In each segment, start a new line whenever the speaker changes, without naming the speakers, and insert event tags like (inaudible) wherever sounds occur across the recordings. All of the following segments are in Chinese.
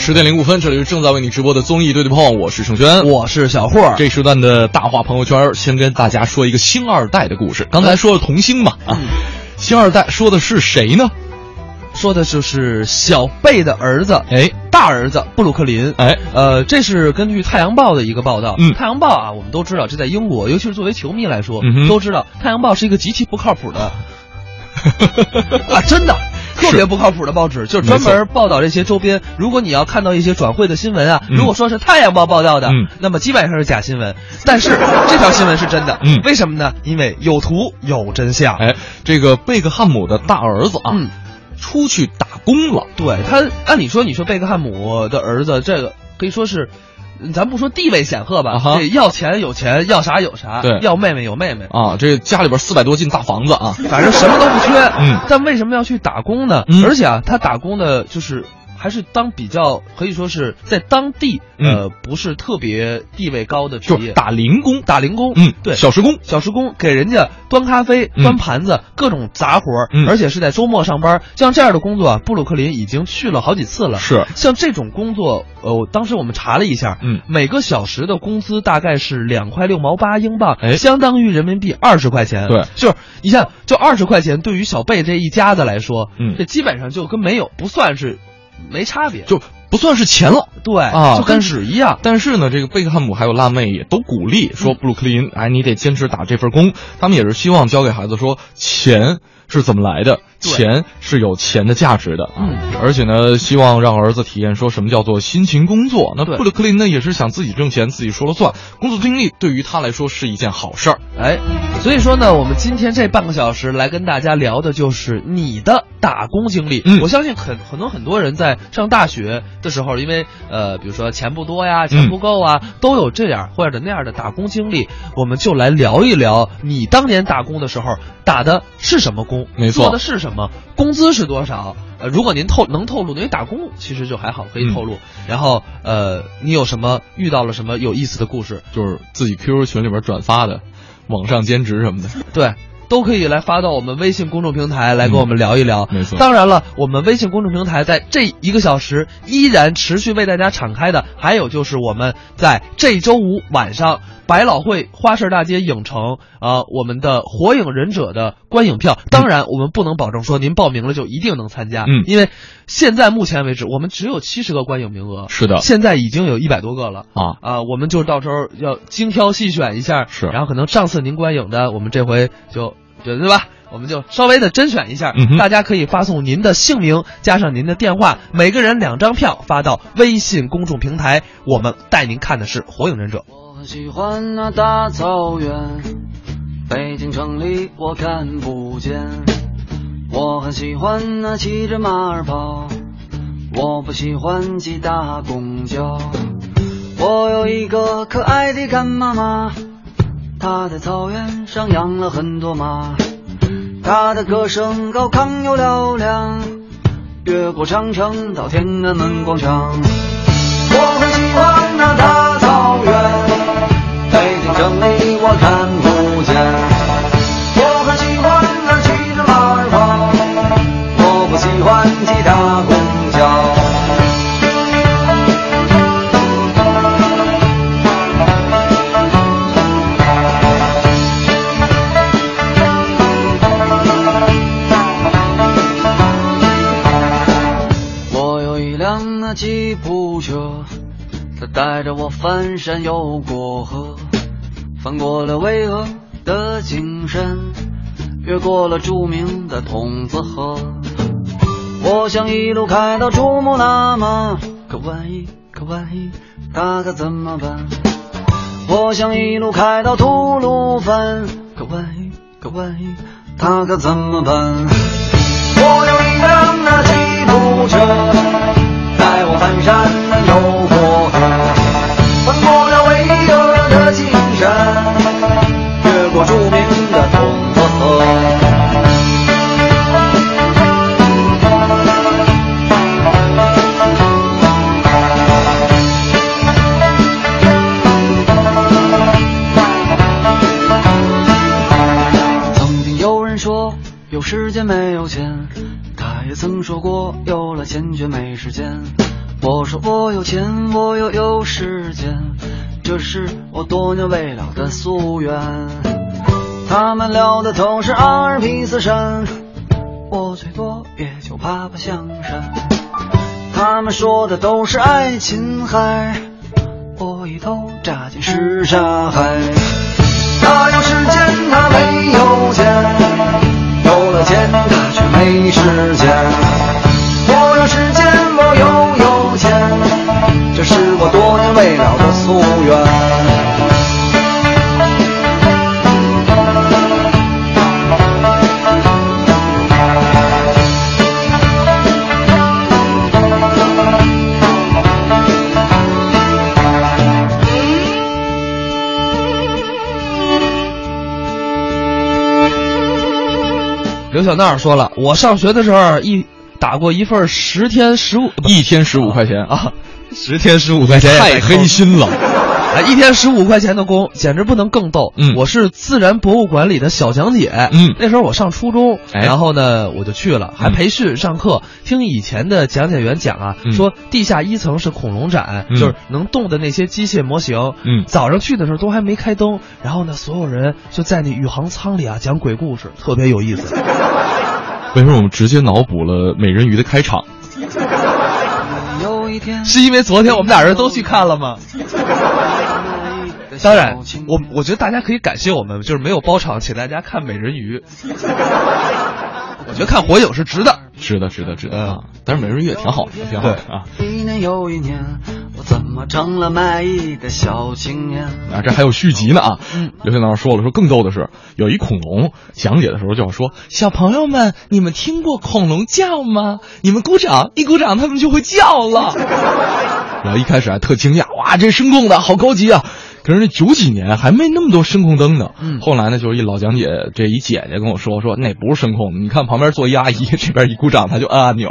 十点零五分，这里是正在为你直播的综艺对对碰，我是盛轩，
我是小霍儿。
这时段的大话朋友圈，先跟大家说一个星二代的故事。刚才说了童星嘛，
哎
啊，星二代说的是谁呢？
说的就是小贝的儿子，
哎，
大儿子布鲁克林，
哎，
呃，这是根据《太阳报》的一个报道。
嗯
太阳报》啊，我们都知道，这在英国，尤其是作为球迷来说，
嗯哼
都知道《太阳报》是一个极其不靠谱
(laughs)
的啊，真的。特别不靠谱的报纸，就是专
没
门报道这些周边。如果你要看到一些转会的新闻啊，
嗯
如果说是《太阳报》报道的，
嗯
那么基本上是假新闻。但是这条新闻是真的，
嗯
为什么呢？因为有图有真相。
哎，这个贝克汉姆的大儿子啊，
嗯
出去打工了。
对他，按理说你说贝克汉姆的儿子，这个可以说是，咱不说地位显赫吧
啊，哈
这要钱有钱，要啥有啥，
对
要妹妹有妹妹，
啊，这家里边四百多进大房子啊，
反正什么都不缺。
嗯
但为什么要去打工呢？
嗯
而且啊，他打工的就是。还是当比较可以说是在当地、呃不是特别地位高的职
嗯就
业，
是打零工，
打零工，
嗯，
对，
小时工，
小时工给人家端咖啡、
嗯
端盘子、各种杂活儿，
嗯
而且是在周末上班。像这样的工作啊，布鲁克林已经去了好几次了。
是
(laughs) 像这种工作，呃，我当时我们查了一下，
嗯，
每个小时的工资大概是两块六毛八英镑，
哎
相当于人民币二十块钱。
对
就是你像就二十块钱，对于小贝这一家子来说，
嗯
这基本上就跟没有不算是没差别，
就不算是钱了。
对
啊
就跟
但是
纸一样。
但是呢，这个贝克汉姆还有辣妹也都鼓励
嗯
说，布鲁克林，哎，你得坚持打这份工。他们也是希望教给孩子说，钱是怎么来的，
对
钱是有钱的价值的。啊
嗯，
而且呢，希望让儿子体验说什么叫做辛勤工作。那
对
布鲁克林呢，也是想自己挣钱，自己说了算。工作经历对于他来说是一件好事儿。
哎，所以说呢，我们今天这半个小时来跟大家聊的就是你的打工经历。
嗯
我相信很很多很多人在上大学的时候，因为呃，比如说钱不多
嗯
呀，钱不够啊，都有这样或者那样的打工经历。我们就来聊一聊你当年打工的时候打的是什么工，
没错
做的是什么，工资是多少。呃，如果您透能透露，因为打工其实就还好，可以
嗯
透露。然后呃，你有什么遇到了什么有意思的故事？
就是自己 QQ 群里边转发的，网上兼职什
(laughs)
么的。
对，都可以来发到我们微信公众平台来跟我们聊一聊。
没错
当然了，我们微信公众平台在这一个小时依然持续为大家敞开的，还有就是我们在这周五晚上百老汇花市大街影城啊、呃我们的《火影忍者》的观影票。当然，我们不能保证说您报名了就一定能参加，
嗯
因为现在目前为止我们只有七十个观影名额，
是的
现在已经有一百多个了。
啊，
啊、我们就是到时候要精挑细选一下，
是
然后可能上次您观影的，我们这回就对对吧？我们就稍微的甄选一下，
嗯哼
大家可以发送您的姓名加上您的电话，每个人两张票发到微信公众平台，我们带您看的是《火影忍者》。
我喜欢那大草原，北京城里我看不见。我很喜欢那骑着马儿跑，我不喜欢挤大公交。我有一个可爱的干妈妈，她在草原上养了很多马，她的歌声高亢又嘹亮，越过长城到天安门广场。我很喜欢那大草原，北京城里我看不见。我很喜欢那骑着马儿跑，我不喜欢挤大公交。我有一辆那吉普车，它带着我翻山又过河，翻过了巍峨的景山，越过了著名的筒子河。我想一路开到珠穆朗玛，可万一，可万一，它可怎么办？我想一路开到吐鲁番，可万一，可万一，它可怎么办？我有一辆那吉普车，带我翻山又过河，翻过了巍峨的青山，越过著名的筒子河。曾经有人说有时间没有钱，他也曾说过有了钱却没时间。我说我有钱，我又有时间，这是我多年未了的夙愿。他们聊的都是阿尔卑斯山，我最多也就爬爬象山。他们说的都是爱琴海，我一头扎进石沙海。他有时间，他没有钱，有了钱他却没时间。我有时间，我又有钱，这是我多年未了的夙愿。
刘小娜说了，我上学的时候一打过一份十天十五不
一天十五块钱啊，
啊，十天十五块钱也
太
太坑
黑心了。
啊，一天十五块钱的工，简直不能更逗。
嗯
我是自然博物馆里的小讲解。
嗯
那时候我上初中，
哎
然后呢我就去了，还
嗯
培训上课，听以前的讲解员讲啊，
嗯
说地下一层是恐龙展，
嗯
就是能动的那些机械模型。
嗯
早上去的时候都还没开灯，然后呢所有人就在那宇航舱里啊讲鬼故事，特别有
(laughs)
意思。
为什么我们直接脑补了美人鱼的开场？
有一天，
是因为昨天我们俩人都去看了吗？当然，我我觉得大家可以感谢我们，就是没有包场，请大家看美
(laughs)
人鱼。我觉得看火影是值的。
是的，是的，是的
嗯
啊！但是美人鱼也挺好的，挺好的
对
啊！
一年又一年，我怎么成了卖艺的小青
(laughs)
年？
啊，这还有续集呢啊！
嗯
刘宪老师说了，说更逗的是，有一恐龙讲解的时候就要说：“小朋友们，你们听过恐龙叫吗？你们鼓掌，一鼓掌，它们就会叫了。” (laughs) 然后一开始还特惊讶，哇，这声控的好高级啊！可是那九几年还没那么多声控灯呢。
嗯
后来呢，就是一老讲解，这一姐姐跟我说，说那不是声控的，你看旁边坐一阿姨，这边一鼓掌，她就按按钮。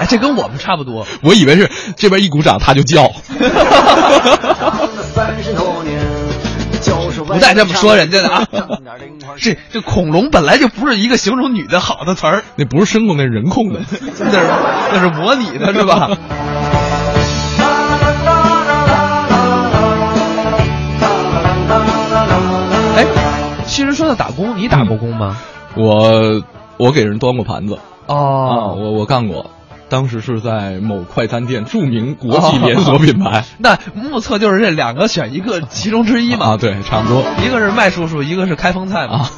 哎，这跟我们差不多。
我以为是这边一鼓掌，她就叫。
三十多年，就是
(laughs) 不带这么说人家的 (laughs) 啊！这这恐 (laughs) 龙本来就不是一个形容女的好的词儿，
那不是声控，那是人控的。
(laughs) 那是那是模拟的，是 (laughs) 吧？哎，其实说到打工，你打过工吗？
我我给人端过盘子啊，
哦，
我我干过，当时是在某快餐店，著名国
啊
际连锁品牌、
那目测就是这两个选一个其中之 (laughs) 一嘛
啊，。对，差不多。
一个是麦叔叔，一个是开封菜嘛
啊。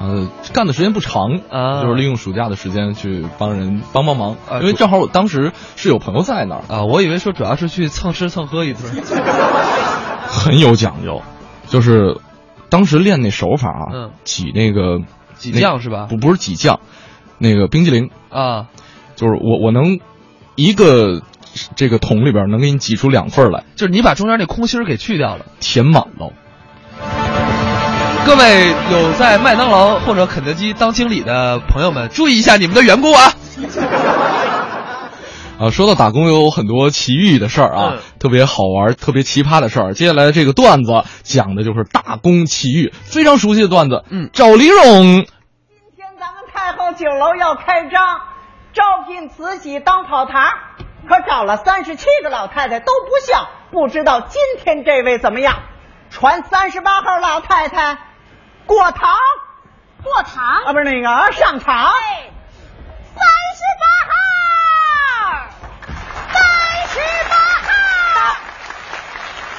呃，干的时间不长
啊
就是利用暑假的时间去帮人帮帮忙，
啊
因为正好我当时是有朋友在那儿，
啊，我以为说主要是去蹭吃蹭喝一顿。
很有讲究，就是当时练那手法啊，
嗯
挤那个
挤
那
酱是吧
不不是挤酱，那个冰激凌，
啊，
就是我我能一个这个桶里边能给你挤出两份儿来，
就是你把中间那空心儿给去掉了。
填满了。
各位有在麦当劳或者肯德基当经理的朋友们，注意一下你们的员工啊！
啊，说到打工有很多奇遇的事儿啊，
嗯
特别好玩、特别奇葩的事儿。接下来这个段子讲的就是打工奇遇，非常熟悉的段子。
嗯
赵丽蓉
今天咱们太后酒楼要开张，招聘慈禧当跑堂，可找了三十七个老太太都不笑，不知道今天这位怎么样？传三十八号老太太过堂
过堂。
啊，不是那个啊上堂。
哎，三十八号，三十八号，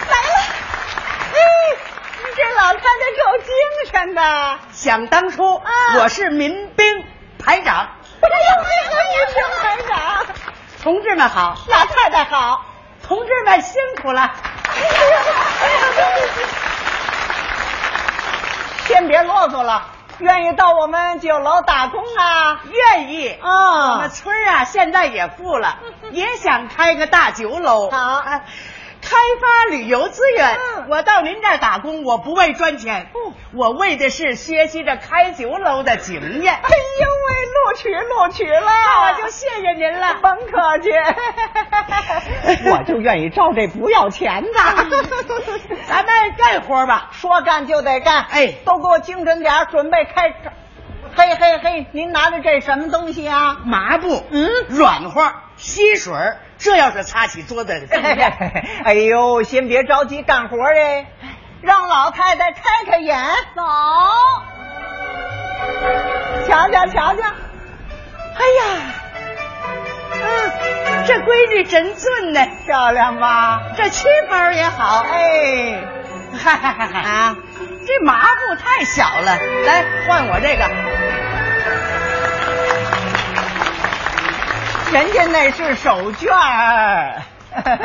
来了，哎，这老太太够精神的。想当初，我是民兵排长。哎呦，民兵排长，同志们好，老太太好，同志们辛苦了。先别啰嗦了，愿意到我们酒楼打工啊？
愿意。
啊
我们村儿啊，现在也
(laughs)
富了，也想开个大酒楼。
好
啊，开发旅游资源。
嗯哦
我到您这儿打工，我不为赚钱，我为的是学习着开酒楼的经
(laughs)
验。
哎呦喂，录取录取了，
那我就谢谢您了。
甭客气， (laughs) 我就愿意照这不要钱 (laughs) 的。
咱们干活吧。
说干就得干，
哎
都给我精神点儿，准备开张。嘿嘿嘿，您拿的这什么东西啊？
麻布，
嗯
软和，吸水儿，这要是擦起桌子，
(laughs) 哎呦，先别着急干活哎，让老太太开开眼，
走，
瞧瞧瞧瞧。哎呀，
嗯，这闺女真俊呢，
漂亮吧？
这七包也好，
哎，
哈哈哈哈！啊，这麻布太小了，来换我这个。
人家那是手绢儿。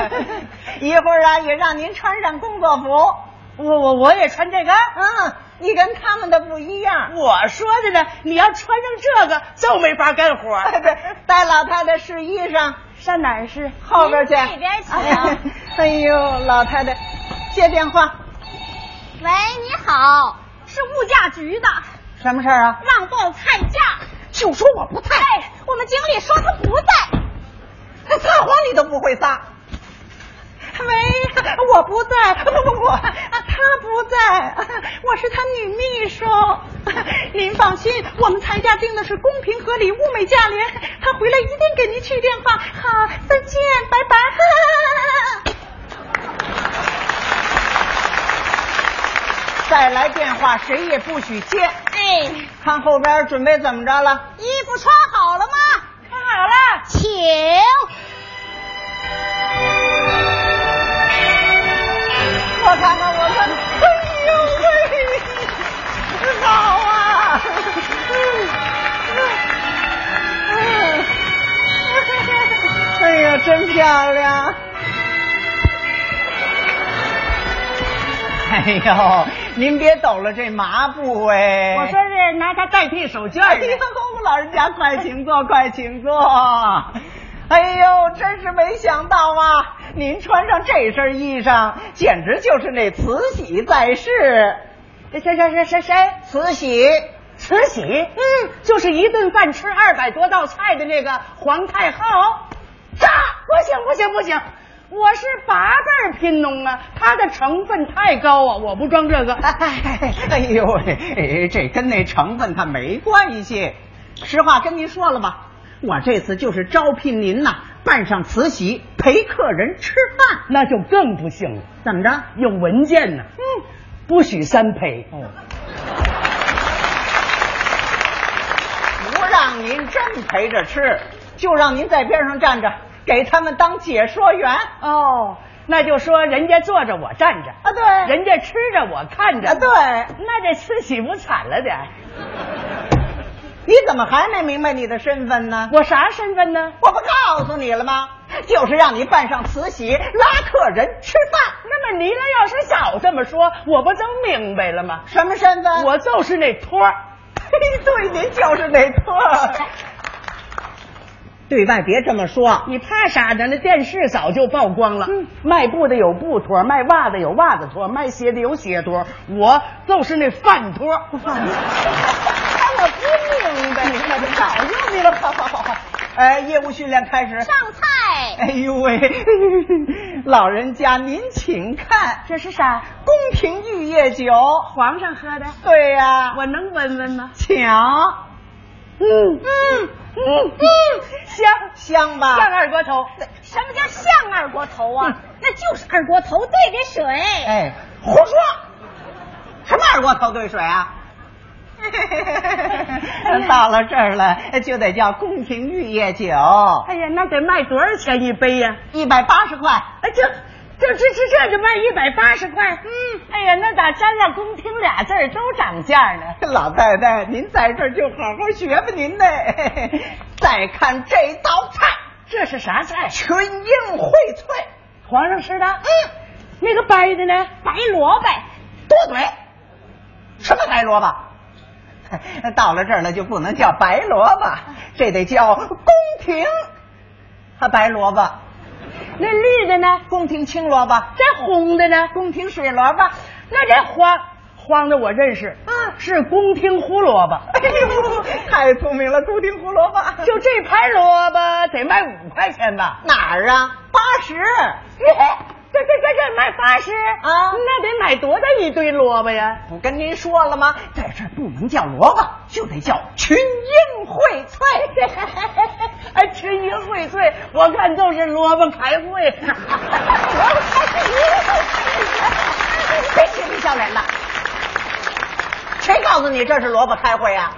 (laughs) 一会儿啊，也让您穿上工作服。
我我我也穿这个。
嗯，你跟他们的不一样。
我说的呢，你要穿上这个，就没法干
(laughs)
活。
对，带老太太试衣裳，
上哪儿是？
后边去。
您那边请啊
(laughs) 哎呦，老太太，接电话，
喂，你好，是物价局的，
什么事儿啊？
忘报菜价，
就说我不在，
哎，我们经理说他不在，
那撒谎你都不会撒。喂，我不在，不不不，啊他不在，啊我是他女秘书。您放心，我们裁价定的是公平合理，物美价廉。他回来一定给您去电话。好，再见，拜拜。再来电话，谁也不许接。
哎，
看后边准备怎么着了？
衣服穿好了吗？
看好了。
请。
我看看，我看看，哎呦喂，好啊！哎呀，真漂亮！哎呦，您别抖了这麻布哎！
我说是拿它代替手绢
哎
儿
呦
呢。，
老人家快请坐，快请坐。哎呦，真是没想到啊！您穿上这身衣裳，简直就是那慈禧在世。谁谁谁谁谁谁？慈禧，
慈禧，嗯，就是一顿饭吃二百多道菜的那个皇太后。炸！不行不行不行，我是八辈儿贫农啊，它的成分太高啊，我不装这个。
哎哎呦喂、哎，这跟那成分它没关系。实话跟您说了吧，我这次就是招聘您呐、办上慈禧陪客人吃饭，
那就更不行了，
怎么着？
有文件呢、
嗯，哦
不许三陪。
不让您真陪着吃，就让您在边上站着，给他们当解说员。
哦，那就说人家坐着我站着，
啊，对人
人家吃着我看着。
啊，，对，
那这慈禧不惨了点儿？
你怎么还没明白你的身份呢？
我啥身份呢？
我不告诉你了吗？就是让你办上慈禧，拉客人吃饭。
那么您要是早这么说，我不就明白了吗？
什么身份？
我就是那托儿。
嘿，对，您就是那托儿。
(laughs)
对外别这么说，
你怕啥呢？那电视早就曝光了。
嗯
卖布的有布托，卖袜子有袜子托，卖鞋的有鞋托，我就是那饭托。
我不明白，你可早就明白。好好好好，哎，业务训练开始。
上菜，
哎呦喂， (laughs) 老人家您请看，这是啥？宫廷玉液酒。
皇上喝的，
对呀、
我能闻闻吗？
请。嗯嗯嗯嗯，香香吧？
像二锅头，
什么叫像二锅头啊？那就是二锅头兑点水。
哎，胡说！什么二锅头兑水啊？ (laughs) 到了这儿了，就得叫宫廷玉液酒，
哎呀，那得卖多少钱一杯呀、
一百八十块。
哎，这这这这这就卖一百八十块。嗯，哎呀，那咋沾上“宫廷”俩字儿都涨价呢？
(laughs) 老太太，您在这儿就好好学吧，您呢？再看这道菜，
这是啥菜？
群英荟萃，
皇上吃的。嗯，那个掰的呢？
白萝卜，
多嘴。什么白萝 (laughs) 卜？到了这儿了就不能叫白萝卜，这得叫宫廷啊白萝卜。
那绿的呢？
宫廷青萝卜，
这红的呢？
宫廷水萝卜。
那这黄黄的我认识，
嗯
是宫廷胡萝卜，
哎呦，太聪明了，宫廷胡萝卜。
就
(laughs)
这盘萝卜得卖五块钱吧？
哪儿啊？八十。
这这这这卖八十
啊
那得买多大一堆萝卜呀？
不跟您说了吗？这事儿不能叫萝卜，就得叫群英荟
(laughs)
萃。
哎，群英荟萃，我看就是萝卜
(laughs)
开会。
(laughs) 谁起你笑脸的？谁告诉你这是萝卜开会啊？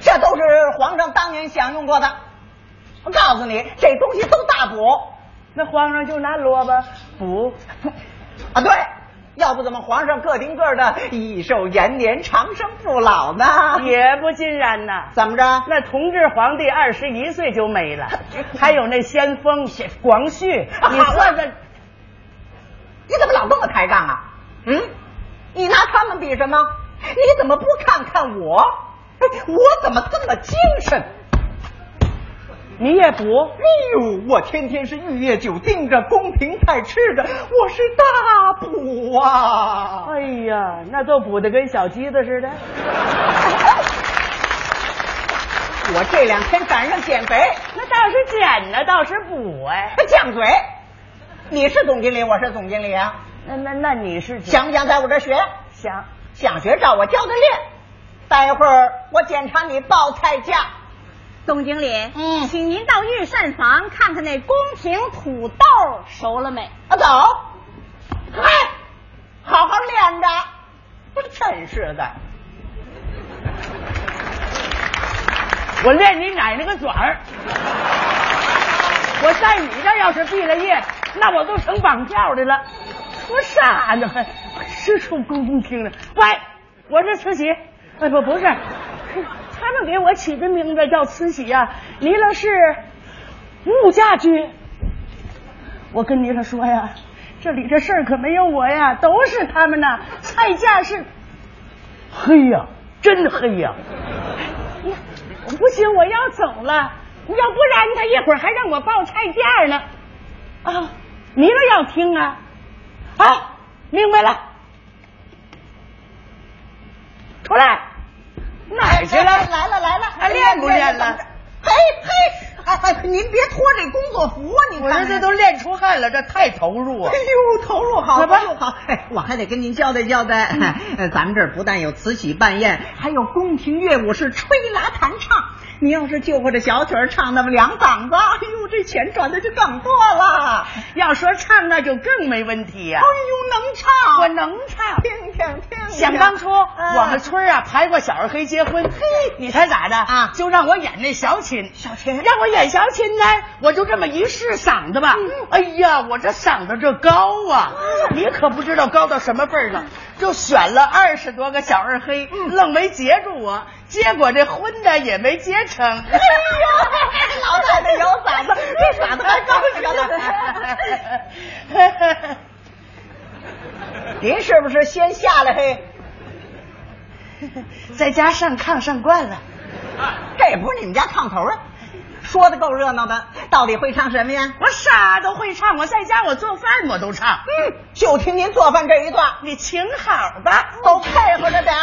这都是皇上当年享用过的。我告诉你，这东西都大补
那皇上就拿萝卜补，
啊！对，要不怎么皇上个顶个儿的益寿延年、长生不老呢？
也不尽然呐。
怎么
(laughs)
着？
那同治皇帝二十一岁就没 (laughs) 了，还有那先锋广 (laughs) 旭，你算算，
你怎么老跟我抬杠啊？嗯，你拿他们比什么？你怎么不看看我？我怎么这么精神？
你也补。
哎呦，我天天是玉液酒盯着，宫廷菜吃着，我是大补啊！
哎呀，那都补的跟小鸡子似的。
我这两天赶上减肥，
那倒是减呢，倒是补哎。
犟嘴。你是总经理，我是总经理啊，
那那那你是减
想不想在我这学？
想
想学照我教的练。待会儿我检查你报菜价。
董经理，嗯，请您到御膳房看看那宫廷土豆熟了没？
啊，走。哎，好好练着。不真是的，
我练你奶奶个爪儿。我在你这儿要是毕了业，那我都成绑票的了。我傻呢，还是出宫廷的。喂，我是慈禧，哎不不是，他们给我起的名字叫慈禧呀、离了是物家居。我跟你了说呀，这里这事儿可没有我呀，都是他们呐。菜价是黑呀、真黑呀、哎不行，我要走了，要不然他一会儿还让我报菜价呢。啊，您了要听啊？啊，明白了。出来，哪儿去了？
来了来了，
还练不练了？
嘿嘿，哎哎，您别脱这工作服啊！您看看
练出汗了，这太投入啊
哎呦，投入好，
怎么
投入好！哎，我还得跟您交代交代，
嗯
呃咱们这儿不但有慈禧办宴，还有宫廷乐舞是吹拉弹唱。您要是就会这小曲儿唱那么两嗓子，哎呦，这钱赚的就更多了。
要说唱，那就更没问题呀、
哎呦，能唱！
我能唱。
听听听。
想当初，我们村儿啊排过小二黑结婚，你猜咋的
啊
就让我演那小品，
小琴
让我演小品呢，我就这么一试嗓子吧。
嗯
哎呀，我这嗓子这高啊，你可不知道高到什么份儿
嗯
上，就选了二十多个小二黑，愣没截住我，结果这婚呢也没结成。哎
呦老太太有嗓子这嗓子还高
着呢。
您是不是先下来嘿？
(laughs) 在家上炕上惯了，
这也不是你们家炕头啊！说的够热闹的，到底会唱什么呀？
(laughs) 我啥都会唱，我在家我做饭我都唱。
嗯，就听您做饭这一段，
你请好吧，
都配合着点。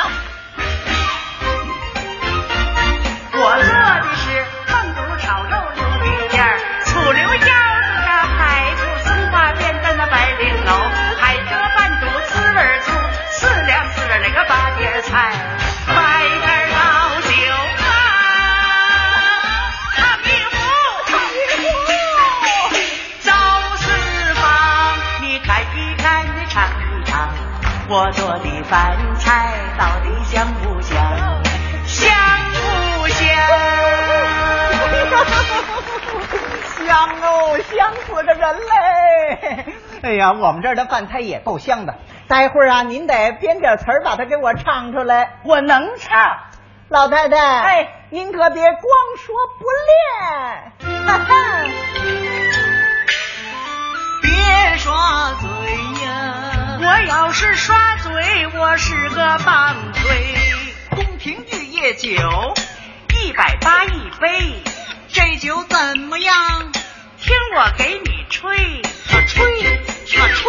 我乐的是焖肚炒肉溜冰面儿，醋溜腰子呀，排骨松花变的那白绫楼，海蜇拌肚滋味儿足，四两四味儿那个八碟菜，快点儿倒酒啊，大壁虎，赵四方，你看一看，你尝一尝，我做的饭菜到底香不香？香不香？
香哦，香死个人嘞！哎呀，我们这儿的饭菜也够香的。待会儿啊，您得编点词儿把它给我唱出来。
我能唱，
老太太，
哎，
您可别光说不练。 (laughs) 哈哈，
别耍嘴呀！我要是耍嘴，我是个棒槌。宫廷玉液酒，一百八一杯，这酒怎么样？听我给你吹，啊吹啊吹，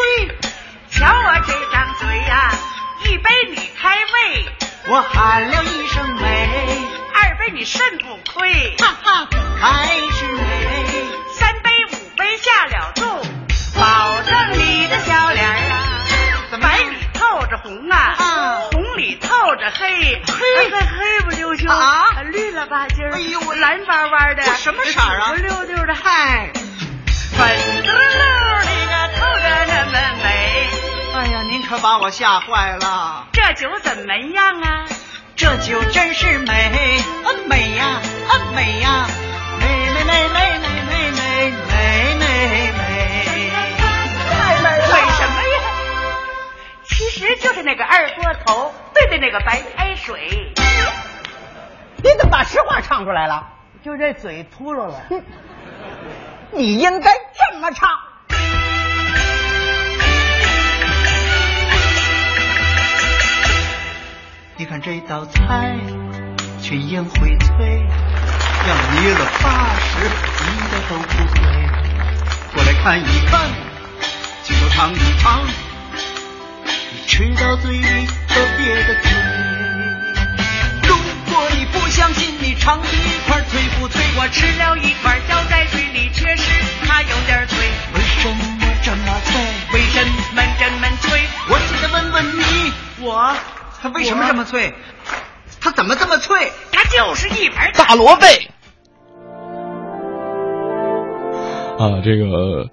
瞧我这张嘴呀、一杯你开胃，我喊了一声美，二杯你肾不亏，哈哈，还是美，三杯五杯下了肚，保
啊哎
什么色儿啊？
溜溜的嗨，
粉嘟噜的啊，透着那么美。
哎呀，您可把我吓坏了，
这酒怎么样啊？
这酒真是美，啊美呀，啊美呀，美美美美美美美美美美，
太美了！美什么呀？其实就是那个二锅头兑的那个白开水。
你怎么把实话唱出来了？
就这嘴秃噜了。
(laughs) 你应该这么唱。
你看这道菜，群英荟萃，让你了八十，一个都不亏。过来看一看，几口尝一尝，你吃到嘴里都憋得嘴。如果你不相信，你尝一块脆不脆？
我吃了一块，掉在水里，确实它有点脆。
为什么这么脆？
为什么这么脆？
我只想问问你，
我
它为什么这么脆？它怎么这么脆？
它就是一盘
大萝卜。
啊，这个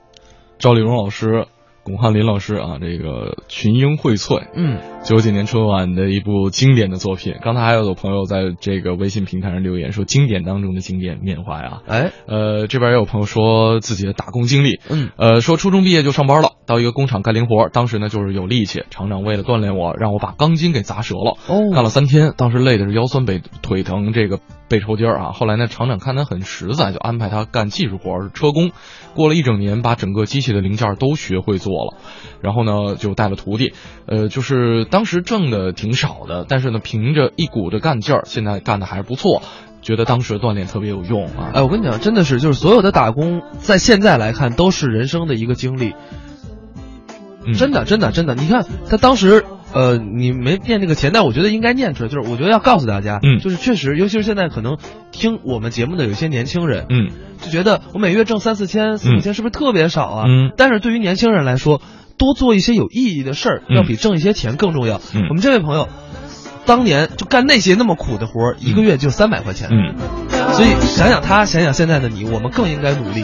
赵丽蓉老师、巩汉林老师啊，这个群英荟萃，
嗯，
九几年春晚的一部经典的作品。刚才还有朋友在这个微信平台上留言说，经典当中的经典缅怀啊。
哎，
呃，这边也有朋友说自己的打工经历，
嗯
呃，说初中毕业就上班了，到一个工厂干零活，当时呢就是有力气，厂长为了锻炼我，让我把钢筋给砸折了，
哦
干了三天，当时累的是腰酸背腿疼，这个背抽筋儿啊。后来呢，厂长看他很实在，就安排他干技术活儿，车工。过了一整年，把整个机器的零件儿都学会做了，然后呢就带了徒弟，呃，就是当时挣的挺少的，但是呢凭着一股的干劲儿，现在干的还是不错。觉得当时的锻炼特别有用啊！
哎，我跟你讲，真的是，就是所有的打工，在现在来看都是人生的一个经历，
嗯
真的，真的，真的。你看他当时，呃，你没念这个钱，但我觉得应该念出来，就是我觉得要告诉大家，
嗯
就是确实，尤其是现在可能听我们节目的有些年轻人，
嗯，
就觉得我每月挣三四千、四五千，是不是特别少啊？
嗯
但是对于年轻人来说，多做一些有意义的事儿，
嗯
要比挣一些钱更重要。
嗯
我们这位朋友，当年就干那些那么苦的活儿，一个月就三百块钱。
嗯。
所以想想他，想想现在的你，我们更应该努力。